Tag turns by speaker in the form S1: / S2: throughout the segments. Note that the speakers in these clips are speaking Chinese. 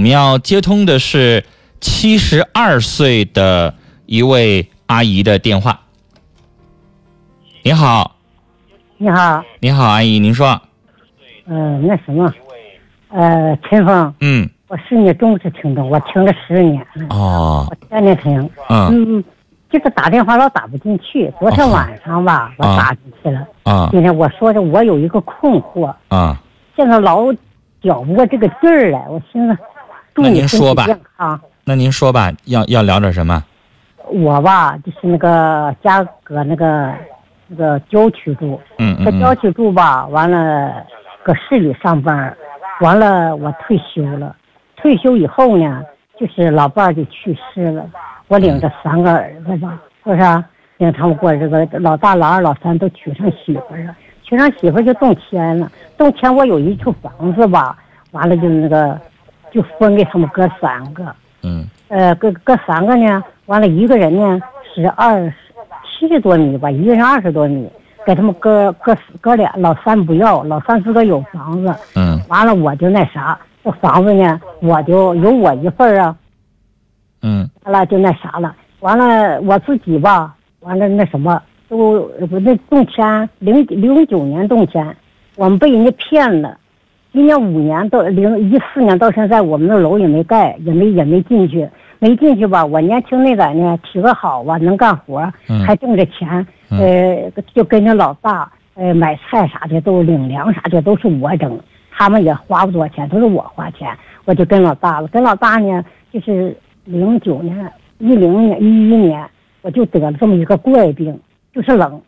S1: 们要接通的是七十二岁的一位阿姨的电话。你好，
S2: 你好，
S1: 你好，阿姨，您说，
S2: 嗯、那什么，呃，陈峰，
S1: 嗯，
S2: 我是你忠实听众，我听了十年，嗯
S1: 哦，
S2: 我天天听，
S1: 嗯
S2: 嗯，就是打电话老打不进去，昨天晚上吧，我
S1: 啊
S2: 打进去了，
S1: 啊
S2: 今天我说的我有一个困惑，
S1: 啊，
S2: 现在老搅不过这个劲儿来，我寻思，祝
S1: 那
S2: 你
S1: 您
S2: 身
S1: 说
S2: 体
S1: 吧
S2: 健康。
S1: 那您说吧，要要聊点什么？
S2: 我吧，就是那个家搁那个那个郊区住，
S1: 嗯
S2: 搁
S1: 嗯
S2: 郊
S1: 嗯，
S2: 区住吧，完了搁市里上班，完了我退休了，退休以后呢，就是老伴儿就去世了，我领着三个儿子吧，是不是、啊？领他们过日子，老大、老二、老三都娶上媳妇儿了，娶上媳妇儿就动迁了，动迁我有一处房子吧，完了就那个就分给他们哥三个，
S1: 嗯
S2: 呃，各各三个呢，完了一个人呢是二十七十多米吧，一个人二十多米，给他们哥哥哥俩老三不要，老三自个儿有房子，
S1: 嗯
S2: 完了我就那啥，这房子呢我就有我一份儿啊，
S1: 嗯
S2: 完了就那啥了，完了我自己吧，完了那什么都我那动迁零零九年动迁，我们被人家骗了，今年五年到零一四年到现在，我们那楼也没盖，也没也没进去，没进去吧。我年轻那阵呢，体格好吧，能干活，
S1: 嗯
S2: 还挣着钱，呃，就跟着老大，呃，买菜啥的都领粮啥的都是我整，他们也花不多钱，都是我花钱，我就跟老大了。跟老大呢，就是零九年、一零年、一一年，我就得了这么一个怪病，就是冷，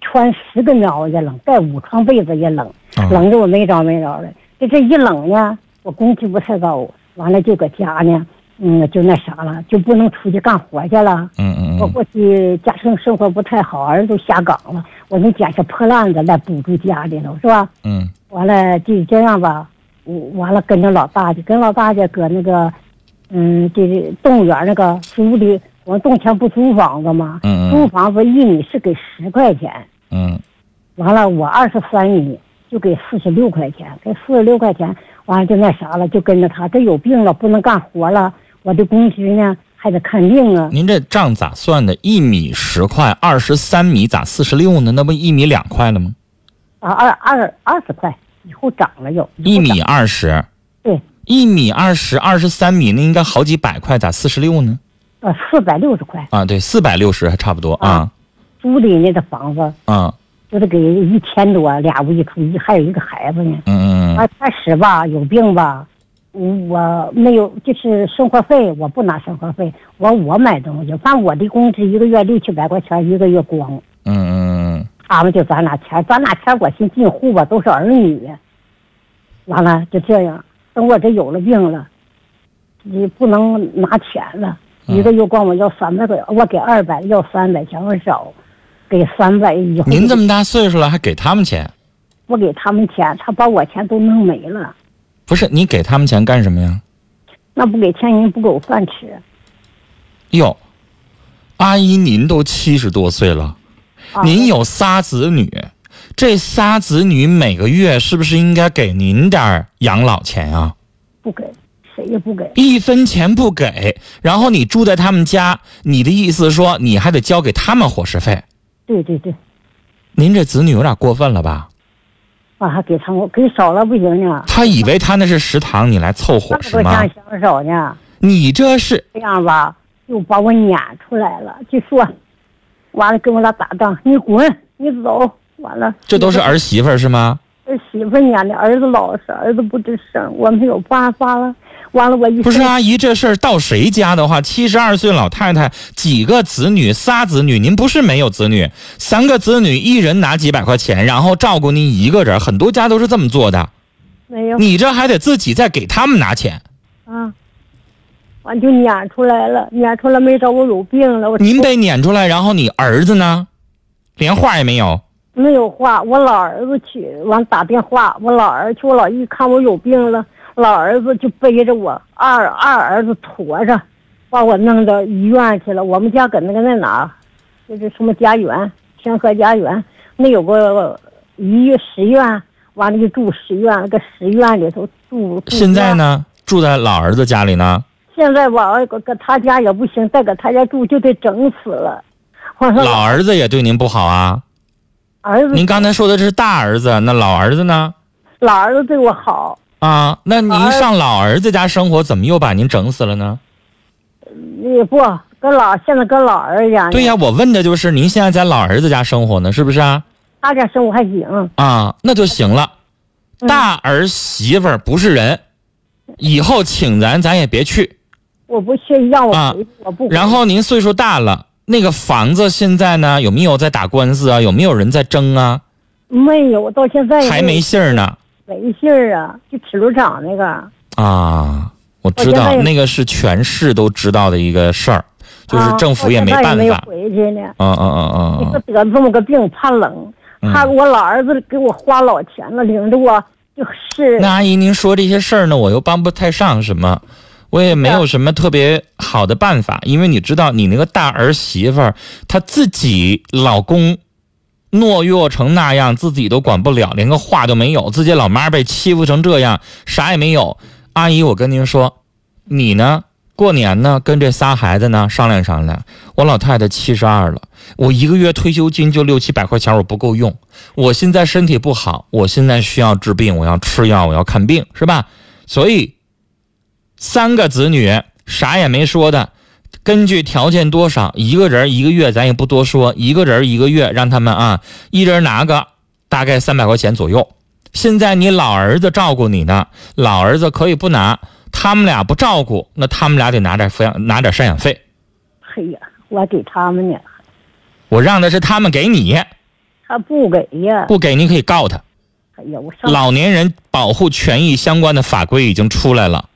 S2: 穿十个袄也冷，盖五床被子也冷。
S1: 嗯
S2: 冷的我没着没着的。这这一冷呢，我工资不太高，完了就搁家呢，嗯，就那啥了，就不能出去干活去了。
S1: 嗯
S2: 我
S1: 嗯
S2: 过去家庭生活不太好，儿子都下岗了，我就捡些破烂子来补助家里头，是吧？
S1: 嗯
S2: 完了就这样吧，我完了跟着老大去，跟老大去搁那个，嗯，就是动物园那个租的，我动迁不租房子吗？租
S1: 嗯
S2: 房子一米是给十块钱，
S1: 嗯
S2: 完了，我二十三米就给四十六块钱，给四十六块钱，完了就那啥了，就跟着他。这有病了，不能干活了，我的工资呢还得看病啊。
S1: 您这账咋算的？一米十块，二十三米咋四十六呢？那不一米两块了吗？
S2: 啊，二二二十块，以后涨了又
S1: 一
S2: 以后涨
S1: 米二十，
S2: 对，
S1: 一米二十，二十三米那应该好几百块，咋四十六呢？
S2: 呃四百六十块，
S1: 啊，对，四百六十还差不多啊
S2: 啊租的人家的房子
S1: 啊，
S2: 就得给一千多，俩屋一出一，还有一个孩子呢。
S1: 嗯嗯嗯
S2: 啊，开始吧，有病吧，嗯我没有，就是生活费我不拿生活费，我我买东西，反正我的工资一个月六七百块钱，一个月光。
S1: 嗯嗯
S2: 他们就咱俩钱儿，咱俩钱儿我先进户吧，都是儿女。完了就这样，等我这有了病了，你不能拿钱了，
S1: 嗯
S2: 一个月管我要三百块，我给二百要三百，嫌我少，给三百以后
S1: 嗯，您这么大岁数了还给他们钱？
S2: 我给他们钱，他把我钱都弄没了，
S1: 不是，你给他们钱干什么呀？
S2: 那不给钱人不给我饭吃。
S1: 哟，阿姨，您都七十多岁了，
S2: 啊、
S1: 您有仨子女，这仨子女每个月是不是应该给您点儿养老钱啊？
S2: 不给，谁也不给。
S1: 一分钱不给，然后你住在他们家，你的意思说你还得交给他们伙食费？
S2: 对对对，
S1: 您这子女有点过分了吧？
S2: 我、还给他们给少了不行呢，
S1: 他以为他那是食堂，你来凑
S2: 那
S1: 合
S2: 么
S1: 是
S2: 多
S1: 吗
S2: 钱？嫌少呢。
S1: 你这是
S2: 这样吧，又把我撵出来了，就说，完了跟我俩打仗，你滚，你走，完了。
S1: 这都是儿媳妇儿是吗？
S2: 儿媳妇撵的，儿子老实，儿子不吱声，我没有办法了。完了，我一
S1: 不是啊
S2: 生
S1: 阿姨，这事儿到谁家的话，七十二岁老太太几个子女，仨子女，您不是没有子女，三个子女一人拿几百块钱，然后照顾您一个人，很多家都是这么做的。
S2: 没有
S1: 你这还得自己再给他们拿钱，
S2: 啊，完就撵出来了，撵出来没招我有病了，我
S1: 您被撵出来，然后你儿子呢，连话也没有。
S2: 没有话，我老儿子去，完打电话，我老儿去，我老姨看我有病了，老儿子就背着我，二二儿子驮着，把我弄到医院去了。我们家搁那个那哪儿，就是什么家园，天河家园，那有个医实院，完了就住实院，搁实院里头住。住
S1: 现在
S2: 院？
S1: 呢，住在老儿子家里呢？
S2: 现在吧，哎搁搁他家也不行，再搁他家住就得整死了。我说
S1: 老儿子也对您不好啊？
S2: 儿子
S1: 您刚才说的是大儿子，那老儿子呢？
S2: 老儿子对我好，
S1: 啊，那您
S2: 老儿
S1: 上老儿子家生活，怎么又把您整死了呢？
S2: 也不跟老现在跟老儿家呢
S1: 对呀、我问的就是您现在在老儿子家生活呢，是不是啊？
S2: 他家生活还行。
S1: 啊，那就行了。
S2: 嗯
S1: 大儿媳妇儿不是人，以后请咱咱也别去。
S2: 我不去，让我
S1: 啊
S2: 回去，我不回。
S1: 然后您岁数大了，那个房子现在呢有没有在打官司啊？有没有人在争啊？
S2: 没有，我到现在也
S1: 还没信儿呢。
S2: 没信儿啊，就铁路厂那个。
S1: 啊，我
S2: 我
S1: 知
S2: 现
S1: 道
S2: 在也
S1: 那个是全市都知道的一个事儿，就是
S2: 啊
S1: 政府也
S2: 到
S1: 没
S2: 现在
S1: 办
S2: 没有
S1: 法。
S2: 回去呢，
S1: 嗯嗯嗯嗯
S2: 你说
S1: 嗯，
S2: 得这么个病，怕冷，
S1: 嗯
S2: 还我老儿子给我花老钱了，领着我就是
S1: 那阿姨，您说这些事儿呢，我又帮不太上什么，我也没有什么特别好的办法，因为你知道，你那个大儿媳妇儿她自己老公懦弱成那样，自己都管不了，连个话都没有，自己老妈被欺负成这样，啥也没有。阿姨，我跟您说，你呢？过年呢，跟这仨孩子呢商量商量。我老太太七十二了，我一个月退休金就六七百块钱，我不够用。我现在身体不好，我现在需要治病，我要吃药，我要看病，是吧？所以，三个子女啥也没说的，根据条件多少，一个人一个月，咱也不多说，一个人一个月，让他们啊，一人拿个大概三百块钱左右。现在你老儿子照顾你呢，老儿子可以不拿，他们俩不照顾，那他们俩得拿点抚养，拿点赡养费。
S2: 嘿哎呀，我给他们呢，
S1: 我让的是他们给你，
S2: 他不给呀。
S1: 不给你可以告他。
S2: 哎呀，我上
S1: 老年人保护权益相关的法规已经出来了，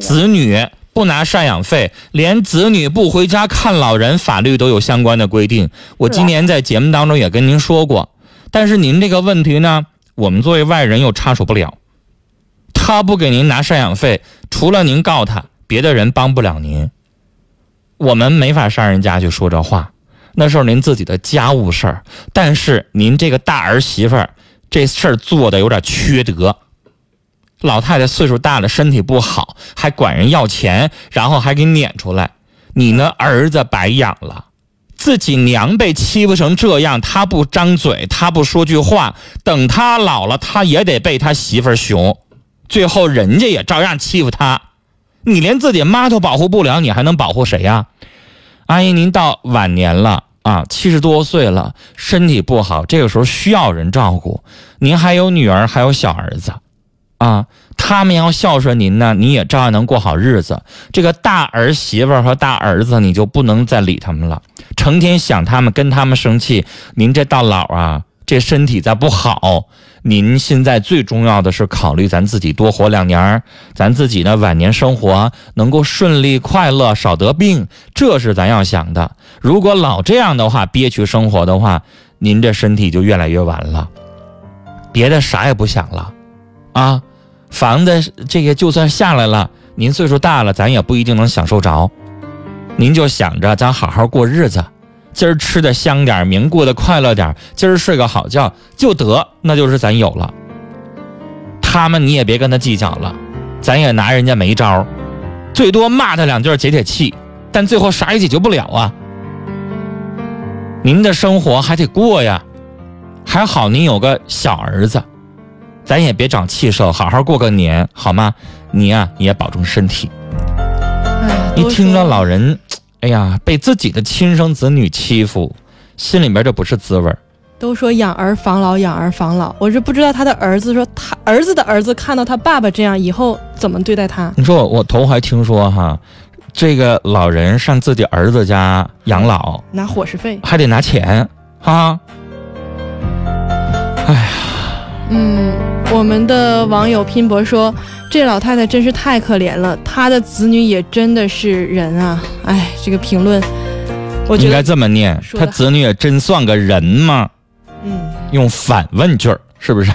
S1: 子女不拿赡养费，连子女不回家看老人，法律都有相关的规定。我今年在节目当中也跟您说过，但是您这个问题呢，我们作为外人又插手不了。他不给您拿赡养费，除了您告他，别的人帮不了您。我们没法上人家去说这话，那是您自己的家务事儿。但是您这个大儿媳妇儿这事儿做的有点缺德。老太太岁数大了，身体不好，还管人要钱，然后还给撵出来。你呢，儿子白养了，自己娘被欺负成这样，他不张嘴，他不说句话，等他老了，他也得被他媳妇儿熊，最后人家也照样欺负他。你连自己妈都保护不了，你还能保护谁呀、阿姨，您到晚年了啊，七十多岁了，身体不好，这个时候需要人照顾。您还有女儿，还有小儿子，啊，他们要孝顺您呢，你也照样能过好日子。这个大儿媳妇儿和大儿子，你就不能再理他们了，成天想他们，跟他们生气，您这到老啊，这身体再不好，您现在最重要的是考虑咱自己多活两年儿，咱自己的晚年生活能够顺利快乐，少得病，这是咱要想的。如果老这样的话，憋屈生活的话，您这身体就越来越完了。别的啥也不想了，啊，房子这个就算下来了，您岁数大了，咱也不一定能享受着。您就想着咱好好过日子，今儿吃的香点儿，明过得快乐点儿，今儿睡个好觉就得，那就是咱有了。他们你也别跟他计较了，咱也拿人家没招儿，最多骂他两句儿解解气，但最后啥也解决不了啊。您的生活还得过呀，还好您有个小儿子，咱也别长气受，好好过个年好吗？你呀、也保重身体。
S3: 哎，
S1: 一
S3: 都
S1: 听
S3: 说
S1: 着老人，哎呀，被自己的亲生子女欺负，心里边这不是滋味儿。
S3: 都说养儿防老，养儿防老，我是不知道他的儿子说他儿子的儿子看到他爸爸这样以后怎么对待他。
S1: 你说我我头还听说哈，这个老人上自己儿子家养老
S3: 拿伙食费，
S1: 还得拿钱哈。
S3: 嗯，我们的网友拼搏说，这老太太真是太可怜了，她的子女也真的是人啊！哎，这个评论，我觉
S1: 应该
S3: 得，
S1: 这么念，
S3: 说
S1: 他
S3: 得
S1: 子女也真算个人吗？
S3: 嗯。
S1: 用反问句儿是不是？